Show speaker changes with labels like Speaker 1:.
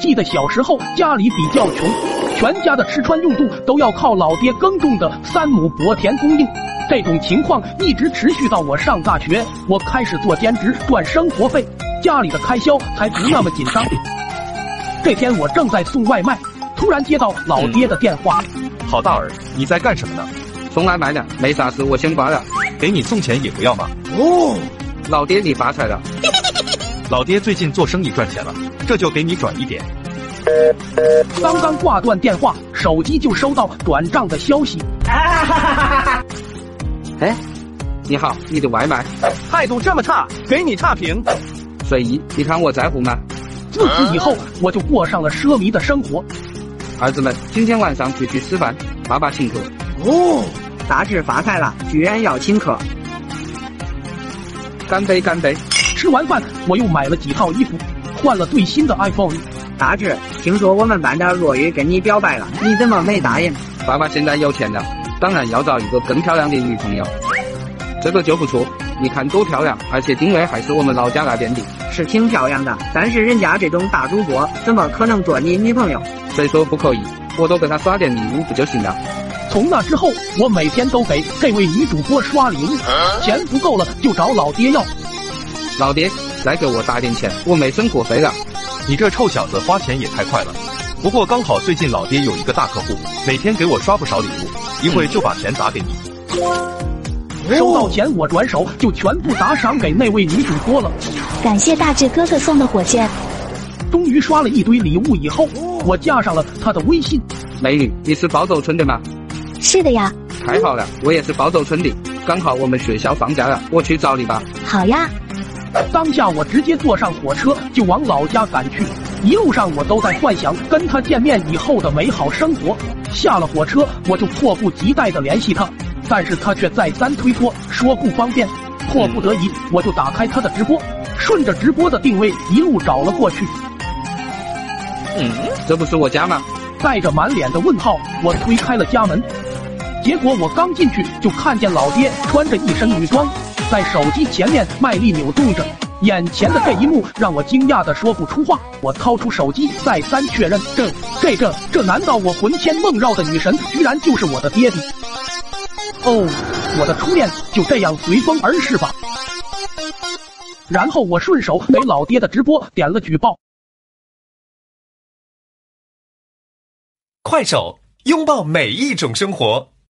Speaker 1: 记得小时候家里比较穷，全家的吃穿用度都要靠老爹耕种的三亩薄田供应。这种情况一直持续到我上大学，我开始做兼职赚生活费，家里的开销才不那么紧张。这天我正在送外卖，突然接到老爹的电话，
Speaker 2: 好大儿，你在干什么呢？
Speaker 3: 重来买两，没啥事，我先拔了。
Speaker 2: 给你送钱也不要吗？
Speaker 3: 老爹，你发财了。
Speaker 2: 老爹最近做生意赚钱了，这就给你转一点。
Speaker 1: 刚刚挂断电话，手机就收到转账的消息，
Speaker 3: 哎，你好，你的外卖，
Speaker 2: 态度这么差，给你差评。
Speaker 3: 水姨，你看我在乎吗？
Speaker 1: 自此以后我就过上了奢靡的生活。
Speaker 3: 儿子们，今天晚上出去吃饭，爸爸请客。
Speaker 4: 哦杂志发财了，居然要请客！
Speaker 3: 干杯，干杯！
Speaker 1: 吃完饭我又买了几套衣服，换了最新的 iPhone。
Speaker 4: 杂志，听说我们班的若雨跟你表白了，你怎么没答应？
Speaker 3: 爸爸现在有钱了，当然要找一个更漂亮的女朋友。这个就不错，你看多漂亮，而且定位还是我们老家那边的。
Speaker 4: 是挺漂亮的，但是人家这种大主播怎么可能做你女朋友？
Speaker 3: 谁说不可以？我多给他刷点礼物不就行了？
Speaker 1: 从那之后，我每天都给这位女主播刷礼物，钱不够了就找老爹要。
Speaker 3: 老爹，再给我打点钱，我没生活费了。
Speaker 2: 你这臭小子花钱也太快了。不过刚好最近老爹有一个大客户，每天给我刷不少礼物，一会就把钱打给你。哎
Speaker 1: 收到钱，我转手就全部打赏给那位女主播了。
Speaker 5: 感谢大志哥哥送的火箭，
Speaker 1: 终于刷了一堆礼物以后，我加上了她的微信。
Speaker 3: 美女，你是宝州村的吗？
Speaker 5: 是的呀，
Speaker 3: 太好了，我也是宝州村的，刚好我们学校放假了，我啊去找你吧。
Speaker 5: 好呀，
Speaker 1: 当下我直接坐上火车就往老家赶去，一路上我都在幻想跟她见面以后的美好生活。下了火车，我就迫不及待地联系她，但是她却再三推脱，说不方便。迫不得已，我就打开她的直播，顺着直播的定位一路找了过去。
Speaker 3: 嗯这不是我家吗？
Speaker 1: 带着满脸的问号，我推开了家门，结果我刚进去就看见老爹穿着一身女装，在手机前面卖力扭动着。眼前的这一幕让我惊讶的说不出话。我掏出手机再三确认，这、这、这、这，难道我魂牵梦绕的女神居然就是我的爹爹？哦，我的初恋就这样随风而逝吧。然后我顺手给老爹的直播点了举报。
Speaker 6: 快手，拥抱每一种生活。